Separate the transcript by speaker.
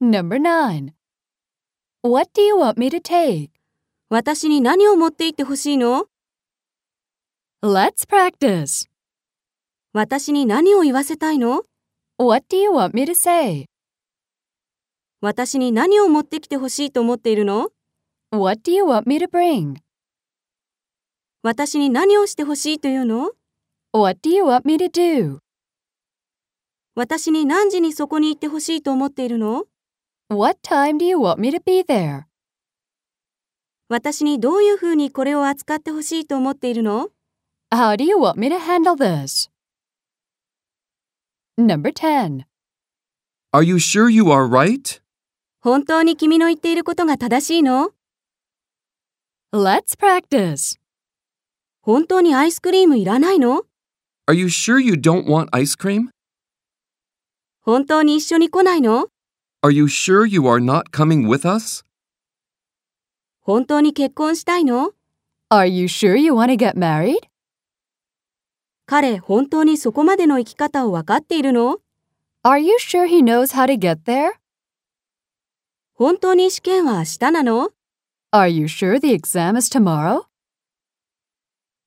Speaker 1: Number 9. What do you want me to take?
Speaker 2: 私に何を持って行ってほしいの
Speaker 1: Let's practice.
Speaker 2: 私に何を言わせたいの
Speaker 1: What do you want me to say?
Speaker 2: 私に何を持ってきてほしいと思っているの
Speaker 1: What do you want me to bring?
Speaker 2: 私に何をしてほしいというの
Speaker 1: What do you want me to do?
Speaker 2: 私に何時にそこに行ってほしいと思っているの
Speaker 1: What time do you want me to be there?
Speaker 2: 私にどういうふうにこれを扱ってほしいと思っているの
Speaker 1: How do you want me to handle this? Number 10.
Speaker 3: Are you sure you are right?
Speaker 2: 本当に君の言っていることが正しいの
Speaker 1: Let's practice.
Speaker 2: 本当にアイスクリームいらないの
Speaker 3: Are you sure you don't want ice cream?
Speaker 2: 本当に一緒に来ないの
Speaker 3: Are you sure you are not coming with us?
Speaker 2: 本当に結婚したいの
Speaker 1: Are you sure you want to get married?
Speaker 2: 彼本当にそこまでの生き方を分かっているの
Speaker 1: Are you sure he knows how to get there?
Speaker 2: 本当に試験は明日なの
Speaker 1: Are you sure the exam is tomorrow?